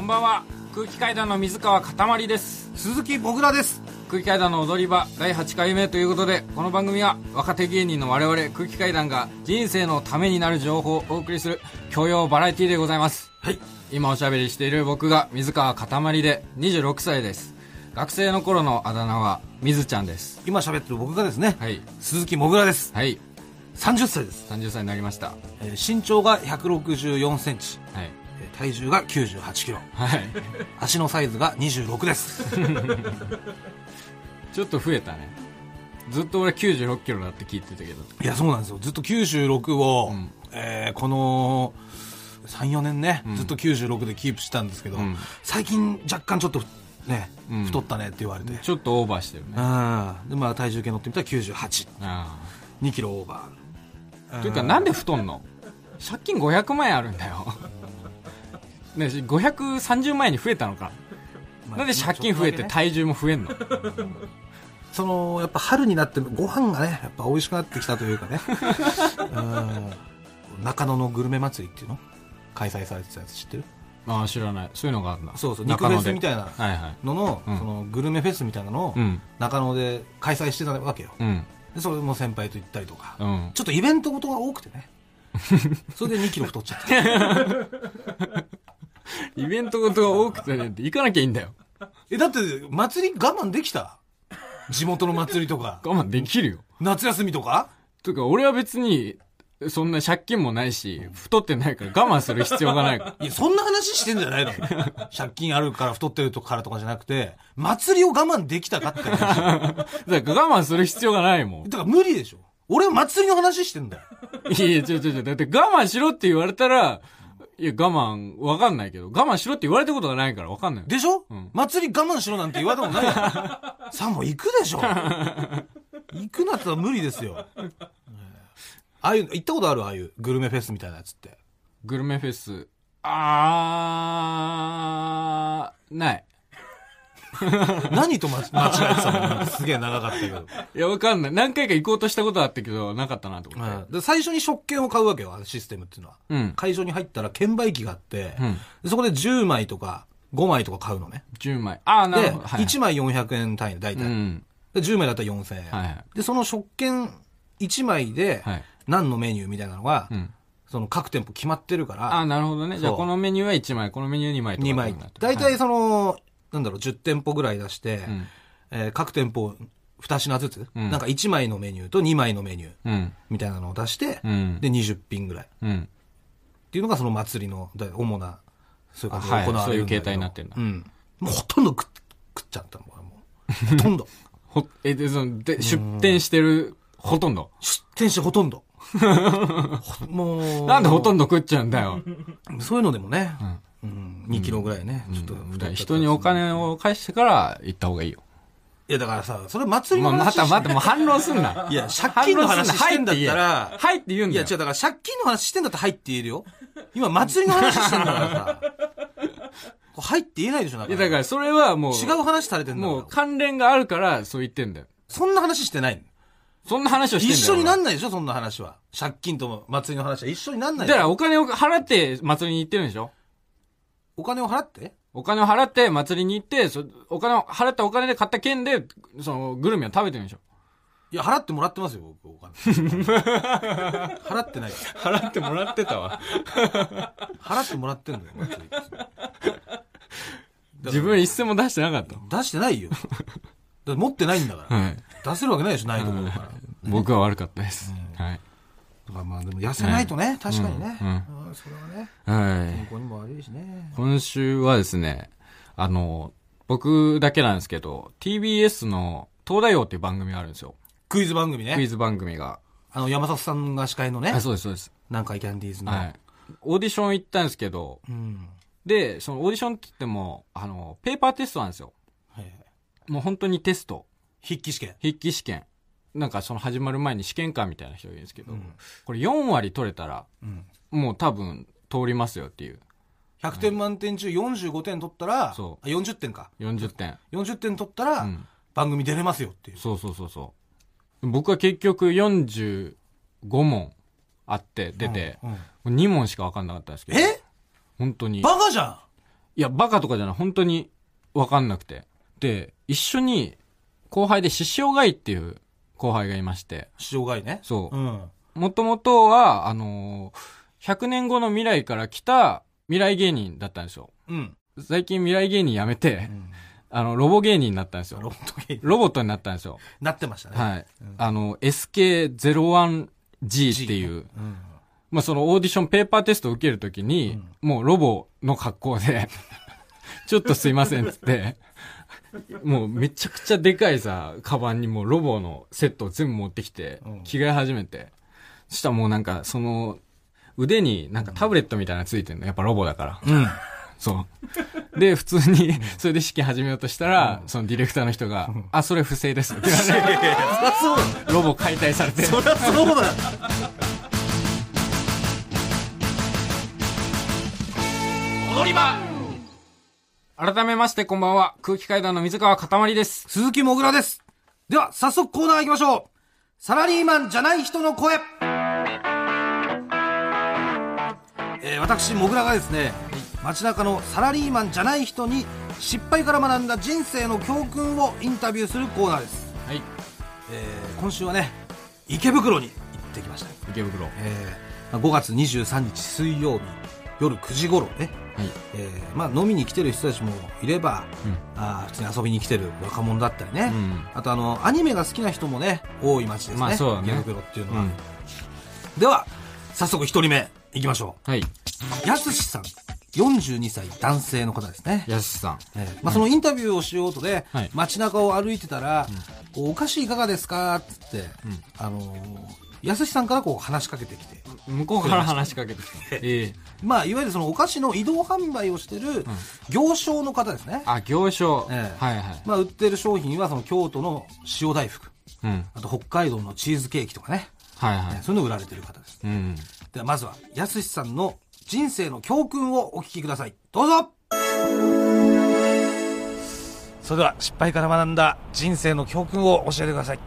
んばんは空気階段の水川かたまりです鈴木もぐらです空気階段の踊り場第8回目ということでこの番組は若手芸人の我々空気階段が人生のためになる情報をお送りする教養バラエティでございますはい今おしゃべりしている僕が水川かたまりで26歳です学生の頃のあだ名は水ちゃんです今喋ってる僕がですね、はい鈴木もぐらですはい30歳です、 30歳になりましたはえー身長が1 6 4センチいえー体重が9 8キロはい足のサイズが26です ちょっと増えたねずっと俺9 6キロだって聞いてたけどいやそうなんですよずっと96を、えーこの34年ね、ずっと96でキープしたんですけど、ん最近若干ちょっとね、ん太ったねって言われて、ちょっとオーバーしてるねうんでまあ、体重計乗ってみたら98ああ2キロオーバーというかなんで太んの借金500万円あるんだよね530万円に増えたのかまあなんで借金増えて体重も増えんのそのやっぱ春になってご飯がねやっぱ美味しくなってきたというかねうん中野のグルメ祭りっていうの開催されてたやつ知ってるああ知らないそういうのがあるんだそうそう中野で肉フェスみたいなはいはいのの,、うんそのグルメフェスみたいなのをうん中野で開催してたわけよ、うんでそれも先輩と行ったりとか、うんちょっとイベントごとが多くて ねそれで2キロ太っちゃってイベントごとが多くてね行かなきゃいいんだよえだって祭り我慢できた地元の祭りとか我慢できるよ夏休みとかというか俺は別にそんな借金もないし太ってないから我慢する必要がないからいや、そんな話してんじゃないの借金あるから太ってるとからとかじゃなくて、祭りを我慢できたかって話。だかだから我慢する必要がないもんら無理でしょ。俺は祭りの話してんだよ。いやいや、ちょちょちょ、だって我慢しろって言われたら、いや、我慢、わかんないけど、我慢しろって言われたことがないからわかんない。でしょ、ん祭り我慢しろなんて言われたもんないよさあもう行くでしょ行くなったら無理ですよ。えーああいう、行ったことあるああいうグルメフェスみたいなやつって。グルメフェス。あー、ない。何とま間違えてたのなんかすげえ長かったけど。いや、わかんない。何回か行こうとしたことはあったけど、なかったなと思って。で最初に食券を買うわけよ、あのシステムっていうのは。うん会場に入ったら券売機があって、うんでそこで10枚とか5枚とか買うのね。 10枚。あー、で、なるほど。はい。 1枚400円単位で大体、うん。で10枚だったら4000円、はいはいで、その食券1枚ではい何のメニューみたいなのが、うん。その各店舗決まってるかあー、ら、なるほどね。じゃあ、そうこのメニューは1枚、このメニュー2枚とか。 2枚こうなって。大はい体その、なんだろう、10店舗ぐらい出して、んえー各店舗2品ずつ、んなんか1枚のメニューと2枚のメニューうん。みたいなのを出して、うんで、20品ぐらい。うん。っていうのがその祭りのだ主なそういう感じではい行われるんだけどそういう形態になってんだうんもうほとんど食っ食っちゃったの俺もうほとんど ほ、え、で、その、で、出店してる、ほとんど。出店してほとんど ほもうなんでほとんんど食っちゃうんだよ。どそういうのでもね、うん2キロぐらいね、ちょっと太っちゃった人にお金を返してから行った方がいいよ。いやだからさそれ祭りまのあ、ま話たまた、もう反論すんな。いや借金の話してんだった反論すらんなはいって言えはいって言うんいだやよ。違うだから借金の話してんだったら入って言えるよ今祭りの話してんだか らさこう入って言えないでしょないや、だからそれはもう、違う話されてんだからもう関連があるからそう言ってんだよ。そんな話してないのそんな話をしてんだ一よ。緒になんんないでしょそんな話は。借金と祭りの話は一緒になんないじでしゃあょお金を払って祭りに行ってるんでしょお金を払ってお金を払って祭りに行って、そお金を払ったお金で買った券で、そのグルメを食べてるんでしょいや、払ってもらってますよ、僕、お金。 払ってないか払ってもらってたわ。ら。払ってもらってんだよ、祭り。自分一銭も出してなかった。出してないよ。だって持ってないんだから。はい。出せるわけないでしょ、ないところから。僕は悪かったです。はい。だからまあ、でも痩せないとね、確かにね。ううんん、それははね、い健。康にも悪いしね。今週はですね、あの、僕だけなんですけど、TBS の東大王っていう番組があるんですよ。クイズ番組クイね。ズ番組が。あの、山里さんが司会のねあ、、そうです、そうです。南海キャンディーズの。はい。オーディション行ったんですけど、うん。で、そのオーディションって言っても、あの、ペーパーテストなんですよ。はいはい。もう本当にテスト。筆記試験。筆記試験。なんかその始まる前に試験官みたいな人がいるんですけど、うんこれ4割取れたら、うん。もう多分通りますよっていう。 100点満点中45点取ったら、そあ40点か。 40点。 40点取ったら、うん番組出れますよっていう。そうそうそうそう。僕は結局45問あって出て、うんうん2問しか分かんなかったんですけど。え本当に。バカじゃんいや、バカとかじゃない、本当にわかんなくて。で、一緒に、後輩で獅子王がいっていう後輩がいまして、塩貝ね。。そうん。う。もともとは、あのー100年後の未来から来た未来芸人だったんですよ。うん。最近未来芸人辞めて、あの、ロボ芸人になったんですロよ。ボットゲーム。ロボットになったんですよ。なってましたね。はい。うんあの、SK01G っていう、うん。まあ、そのオーディションペーパーテストを受けるときに、もうロボの格好で、 ちょっとすいませんっつって、もうめちゃくちゃでかいさ、カバンにもうロボのセットを全部持ってきてうん、着替え始めて。そしたらもうなんか、その、腕になんかタブレットみたいなのついてんの。やっぱロボだから。うん。そう。で、普通に、それで式始めようとしたら、そのディレクターの人が、あ、 それ不正ですって言われて。いやいや、そりゃそうだ。ロボ解体されて。そりゃそうだ。改めましてこんばんは。空気階段の水川かたまりです。鈴木もぐらです。では、早速コーナー行きましょう。サラリーマンじゃない人の声。えー私、もぐらがですね、街中のサラリーマンじゃない人に失敗から学んだ人生の教訓をインタビューするコーナーです。はい。えー今週はね、池袋に行ってきました。池袋。はえーまあ5月23日水曜日夜9時頃ね、い。えーまあ、飲みに来てる人たちもいれば、うんあー普通に遊びに来てる若者だったりね、うんあとあのアニメが好きな人もね多い街ですね,、まあそうだね池袋っていうのうは、ん。では早速1人目いきましょはい。うやすしさん42歳男性の方ですねやすしさん。えーまあ、そのインタビューをしようとで、はい街中を歩いてたら、こうお菓子いかがですかっつって、あのー、やすしさんからこう話しかけてきて、向こうから話しかけてきた。 ええ。まあ、いわゆるそのお菓子の移動販売をしてる行商の方ですね、あ、行商。はいええはい。まあ、売ってる商品はその京都の塩大福うん。あと北海道のチーズケーキとかね、はいえはーい。そういうの売られてる方ですうん。ではまずはやすしさんの人生の教訓をお聞きくださいどうぞそれでは失敗から学んだ人生の教訓を教えてください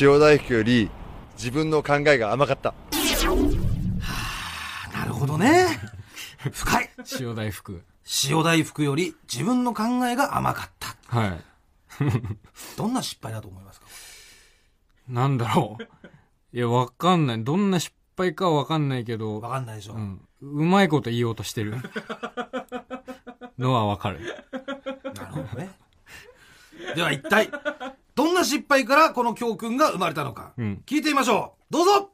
塩大福より自分の考えが甘かったなるほどね深い塩大福。塩大福より自分の考えが甘かったはどんな失敗だと思いますかい。なんだろう。いや、わかんない。どんな失敗かはわかんないけわど、かんないでしょ、うん。うまいこと言おうとしてる。のはわかる。なるほどね。では一体、どんな失敗からこの教訓が生まれたのか、うん聞いてみましょう。どうぞ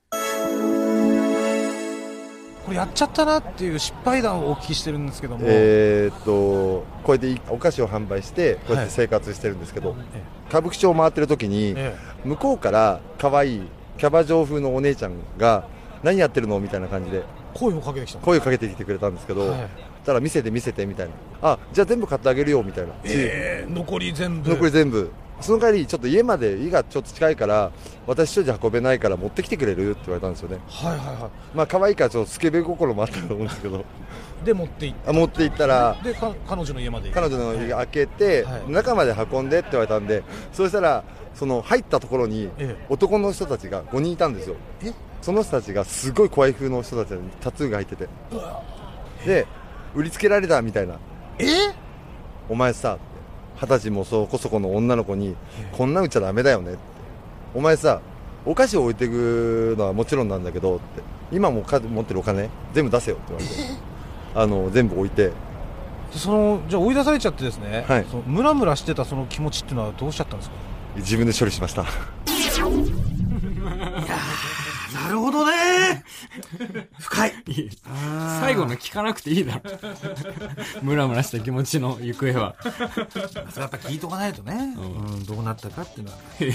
これやっちゃったなっていう失敗談をお聞きしてるんですけども、えーっとこうやっていお菓子を販売してこうやって生活してるんですけど、歌舞伎町を回ってる時にえ向こうから可愛いキャバ嬢風のお姉ちゃんが何やってるのみたいな感じで声をかけてきたの声をかけてきてくれたんですけど、はいそしたら見せて見せてみたいなあじゃあ全部買ってあげるよみたいな、えー残り全部残り全部その帰りちょっと家まで家がちょっと近いから私一人じゃ運べないから持ってきてくれるって言われたんですよねはいはいはまあ可愛いからちょっとスケベ心もあったと思うんですけどいで持って行っあ持って行ったらてでか彼女の家まで行く彼女の家開けて、はい中まで運んでって言われたんでそうしたらその入ったところにええ男の人たちが5人いたんですよえその人たちがすごい怖い風の人たちにタトゥーが入っててで売りつけられたみたいなえお前さ二十歳もそこそこの女の子にこんなん売っちゃダメだよねってお前さお菓子を置いてくのはもちろんなんだけどって今もか持ってるお金全部出せよって言われて あの全部置いてでそのじゃあ追い出されちゃってですね、はいそのムラムラしてたその気持ちっていうのはどうしちゃったんですか自分で処理しましたなるほどね深い最後の聞かなくていいだ ろ。ムラムラした気持ちの行方は。それやっぱ聞いとかないとね、うんどうなったか っていう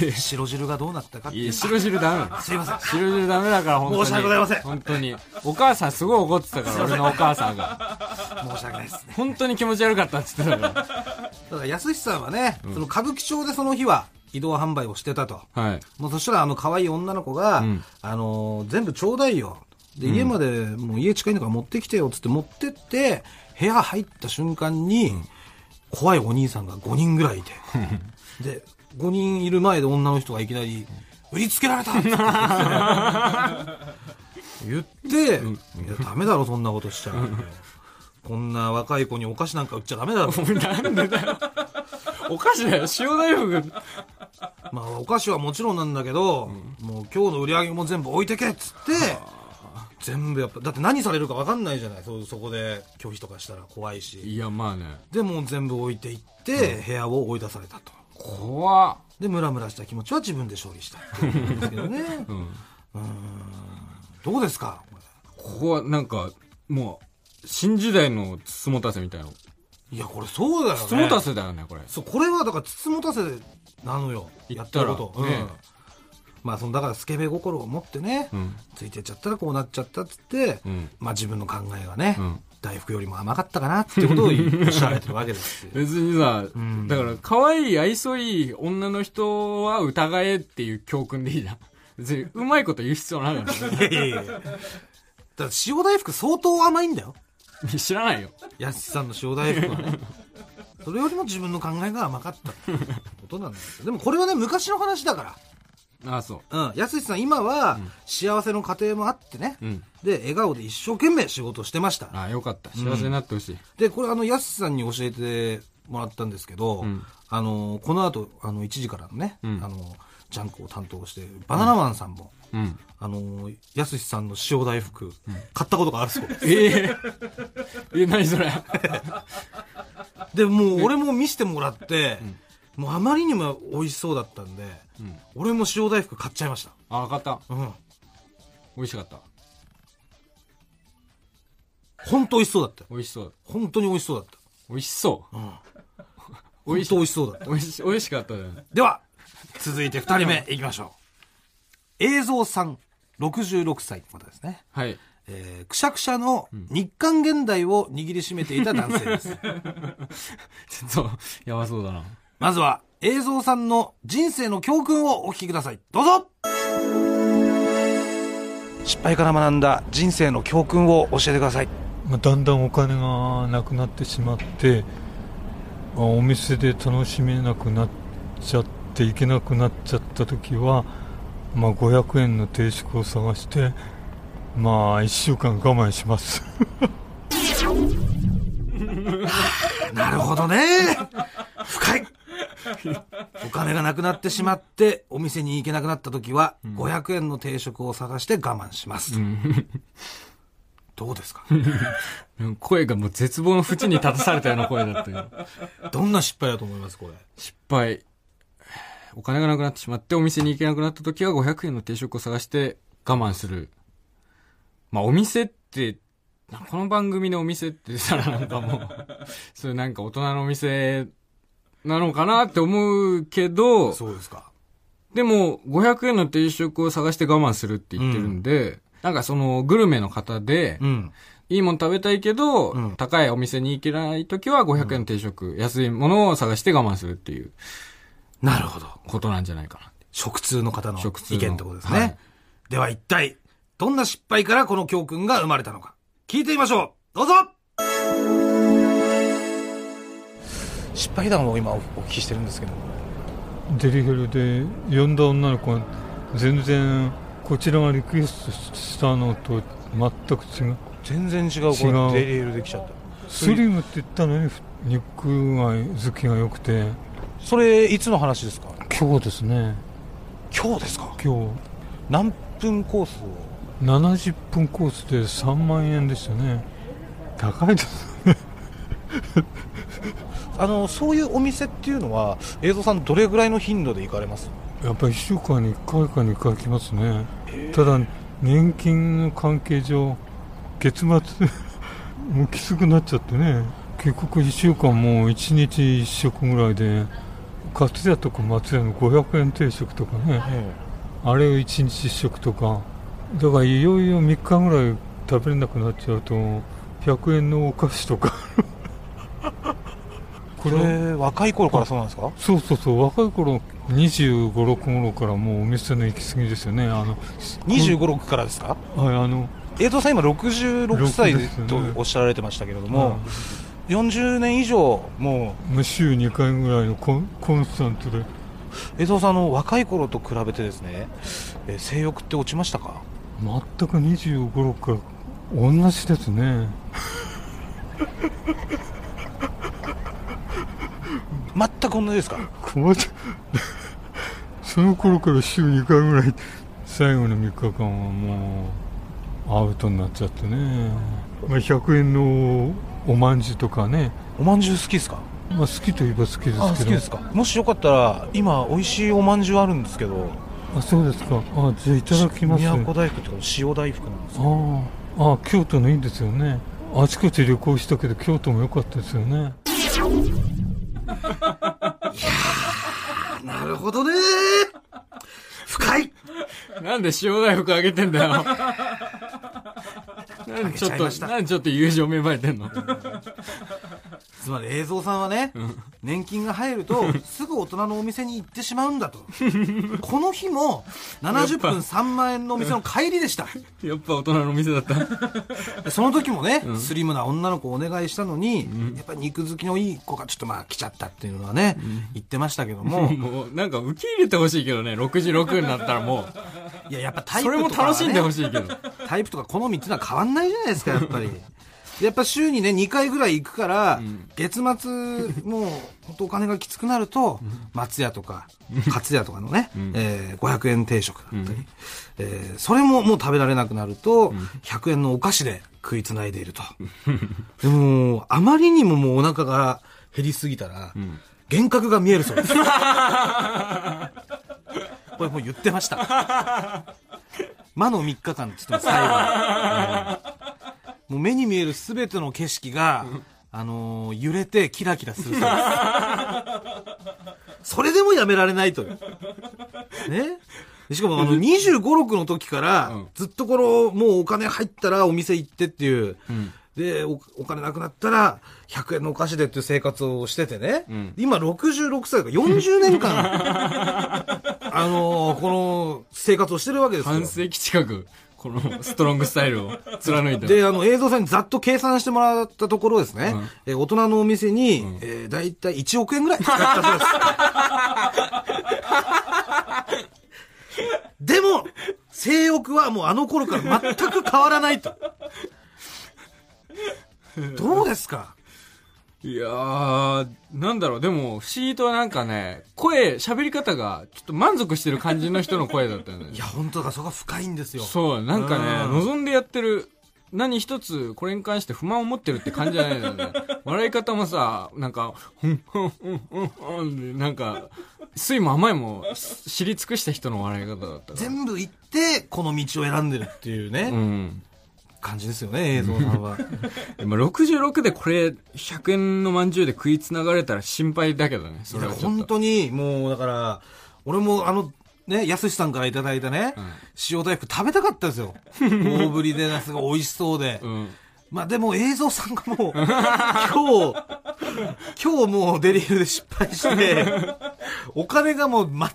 のは、白汁がどうなったかっていいや、うのは白汁ダメだ。すいません白汁ダメだから、本当に。申し訳ございません本当に。お母さんすごい怒ってたから、俺のお母さんが。申し訳ないですね本当に気持ち悪かったって言ってたかだから安さんはね、その歌舞伎町でその日は移動販売をしてたとら。はい。もうそしたらあの可愛い女の子が、んあのー全部ちょうだいよで家まで、もう家近いんだから持ってきてよっつって持ってって部屋入った瞬間に、怖いお兄さんが5人ぐらいい てで5人いる前で女の人がいきなり「売りつけられた!」 って言って「いやダメだろそんなことしちゃう」こんな若い子にお菓子なんか売っちゃダメだろ。なんでだよ。おかしいだよ。塩大福が。まあ、お菓子はもちろんなんだけど、もう今日の売り上げも全部置いてけっつって、全部やっぱ、だって何されるか分かんないじゃない。そうそこで拒否とかしたら怖いし。いや、まあね。で、もう全部置いていって、部屋を追い出されたと。怖っ。で、ムラムラした気持ちは自分で処理したっていうんですけど ね。うん、どうですかこここはなんか、もう、新時代のつもたせみたいな。れいや、これそうだよね。つもたせだよね、これ。そう、これはだから、つつもたせなのよ。言やっってたるらこと。うねん。まあ、その、だから、スケベ心を持ってね、んついてっちゃったらこうなっちゃったっつって、うんまあ自分の考えがね、ん大福よりも甘かったかなってことを言いおっしゃられてるわけですよ。別にさ、んだから、可愛い、愛想いい女の人は疑えっていう教訓でいいじゃん。別に、うまいこと言う必要ないよね。 いやいやいや。だから塩大福相当甘いんだよ。 知らないよ。やすしさんの塩大福はね。 それよりも自分の考えが甘かったってことなんですよ。でもこれはね、昔の話だから。ああ、そうん。やすしさん今は、幸せの家庭もあってね、う。うん。で、笑顔で一生懸命仕事してました。ああ、よかった。幸せになってほしい。で、これあの、やすさんに教えてもらったんですけど、んあの、この後、あの、1時からのね、うんあの、ジャンクを担当してる、バナナマンさんも、 うん。あの、やすしさんの塩大福、買ったことがあるそうです。えええ、何それ。 で、もう俺も見せてもらって、もうあまりにも美味しそうだったんで、うん。俺も塩大福買っちゃいましあ、わかった。た。うん。美味しかった。ほんと美味しそうだったよ。美味しそう。本当に美味しそうだった。美味しそうう。ん。本当美味しそうだった。美味し、美味しかったじゃん。では、続いて2人目いきましょう。映像さん、66歳の方ですね。はい。えーくしゃくしゃの日韓現代を握りしめていた男性 です。 ちょっと、やばそうだな。まずは、映像さんの人生の教訓をお聞きください。どうぞ失敗から学んだ人生の教訓を教えてください。まあ、だんだんお金がなくなってしまって、まあお店で楽しめなくなっちゃって行けなくなっちゃった時は、まあ、500円の定食を探してまあ1週間我慢します なるほどね。深い。お金がなくなってしまって、お店に行けなくなった時は、500円の定食を探して我慢します。どうですかうん声がもう絶望の淵に立たされたような声だったよ。 どんな失敗だと思いますこれ。失敗。お金がなくなってしまってお店に行けなくなった時は500円の定食を探して我慢する。まあお店って、なこの番組のお店ってさ、なんか もう、それなんか大人のお店なのかなって思うけど、そうですか。でも、500円の定食を探して我慢するって言ってるんで、なんかその、グルメの方で、うん。いいもん食べたいけど、うん高いお店に行けない時は500円の定食、安いものを探して我慢するっていうなるほど。ことなんじゃないかなって。食通の方の食通の意見ってことですね。はいでは一体、どんな失敗からこの教訓が生まれたのか、聞いてみましょうどうぞ失敗談を今お聞きしてるんですけど。デリヘルで呼んだ女の子が全然こちらがリクエストしたのと全く違う全然違う、違うこれデリヘルできちゃった。スリムって言ったのに肉が好きが良くてそれ、いつの話ですか今日ですね今日ですか今日何分コースを70分コースで3万円でしたね高いですあの、そういうお店っていうのは、映像さんどれぐらいの頻度で行かれますやっぱり1週間に1回か2回来ますね、ただ年金の関係上月末もうきつくなっちゃってね結局1週間もう1日1食ぐらいでかつやとか松屋の500円定食とかねあれを1日1食とかだからいよいよ3日ぐらい食べれなくなっちゃうと100円のお菓子とか これ若い頃からそうなんですかそうそうそう若い頃25、6頃からもうお店の行き過ぎですよねあの ?25、6からですかはいあの江藤さん今66歳6ですねとおっしゃられてましたけれども、40年以上ももう週2回ぐらいのコンコンスタントでう江藤さんの若い頃と比べてですね、えー性欲って落ちましたか全く25、6から同じですね全く同じですか困っちゃうその頃から週2回ぐらい最後の3日間はもうアウトになっちゃってね、まあ、100円のおまんじゅうとかね、おまんじゅう好きですかまあ、好きといえば好きですけどあ好きですかもしよかったら今美味しいおまんじゅうあるんですけどあそうですかあじゃあいただきます都大福っていうか塩大福なんですよあああ京都のいいんですよねあちこち旅行したけど京都も良かったですよねなるほどね深いなんで塩大福あげてんだ よ。なんでちょっあげちゃいましと、たなんでちょっと友情芽生えてんの つまり映像さんはね、年金が入る とすぐ大人のお店に行ってしまうんだとこの日も70分3万円のお店の帰りでしたやっぱ大人の店だった。でその時もね、スリムな女の子をお願いしたのに、やっぱり肉好きのいい子がちょっとまあ来ちゃったっていうのはね、言ってましたけ ども、もう、なんか受け入れてほしいけどね、66になったらもう。いや、やっぱタイそプれともかは楽しんねでほしいけど。タイプとか好みっていうのは変わんないじゃないですか、やっぱり。でやっぱ週にね、2回ぐらい行くから、月末、もう、本当お金がきつくなると、松屋とか、かつ屋とかのね、えー500円定食だったり、えーそれももう食べられなくなると、100円のお菓子で食いつないでいると。でも、あまりにももうお腹が減りすぎたら、幻覚が見えるそうです。 これもう言ってました。魔の3日間って言ってます、最後に。もう目に見える全ての景色が、あのー揺れてキラキラするそうです。それでもやめられないという。ねしかも、あの、25、6の時から、ずっとこの、もうお金入ったらお店行ってっていう、でお、お金なくなったら、100円のお菓子でっていう生活をしててね、今66歳だから40年間、あのーこの生活をしてるわけですよ。半世紀近く、このストロングスタイルを 貫いて。で、あの、映像さんにざっと計算してもらったところですね、うんえー大人のお店に、えーだいたい1億円ぐらい使ったそうです。 でも、性欲はもうあの頃から全く変わらないと。どうですかいやー、なんだろう、でも、不思議となんかね、声、喋り方が、ちょっと満足してる感じの人の声だったよねい。や、本当だからそこが深いんですよ。そう、なんかね、うん望んでやってる、何一つこれに関して不満を持ってるって感じじゃないのよ ね。笑い方もさ、なんか、ふんふんふんふんふんで、なんか、酸いも甘いもし知り尽くした人の笑い方だったから。全部行って、この道を選んでるっていうね、うん。感じですよね、映像さんは。今66でこれ、100円のまんじゅうで食いつながれたら心配だけどね、それはちょっ本と。当にもうだから俺もあのねやすしさんからいただいたね、ん塩大福食べたかったんですよ大ぶりでなすごい美味しそうで、 うん。まあでも映像さんがもう 今日今日もうデリヘルで失 敗してお金がもう全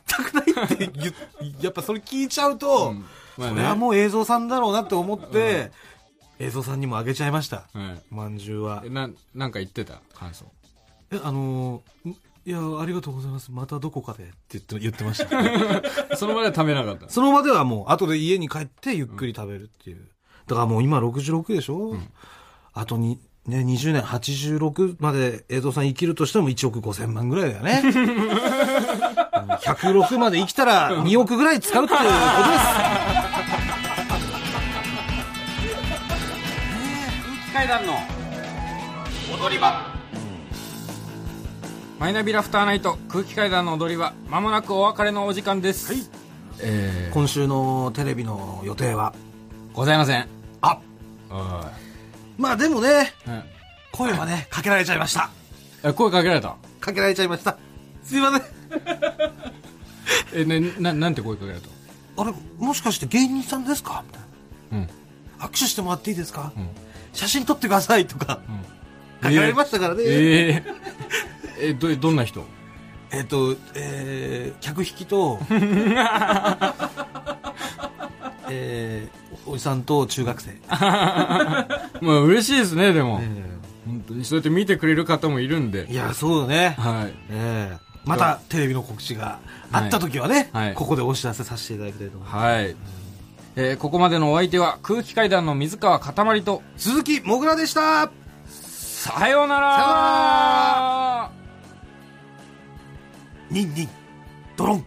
くないって言うやっぱそれ聞いちゃううと、んまあねそれはもう映像さんだろうなって思って、映像さんにもあげちゃいました、はい。まんじゅうはえ、な、なんか言ってた感想。え、あのーんいや、ありがとうございます。またどこかでって言って言ってました。その場では食べなかった。 その場ではもう、後で家に帰ってゆっくり食べるっていう。だからもう今66でしょ、あとに、ね、20年、86まで映像さん生きるとしても1億5000万ぐらいだよ ね。うん106まで生きたら2億ぐらい使うっていうことです。階段の踊り場マイナビラフターナイト空気階段の踊りは、まもなくお別れのお時間です。はい。えー、今週のテレビの予定は。ございません。あはまあでもね、い。声はね、かけられちゃいました。え、声かけられたかけられちゃいました。すいません。え、ね、な、なんて声かけられたあれもしかして芸人さんですかみたいうん。な握手してもらっていいですか、ん写真撮ってくださいとか、ん書かれましたからねえええー。え、ど、どんな人っとえー、客引 きとえー、おじさんと中学生まあ嬉しいですね、でも。本当にそうやって見てくれる方もいるんでい。やそうだね、はい。えーまたテレビの告知があった時はね、はいはいここでお知らせさせていただきたいと思います、はい。えー、ここまでのお相手は空気階段の水川かたまりと、鈴木もぐらでしたさようならさようならニンニンドロン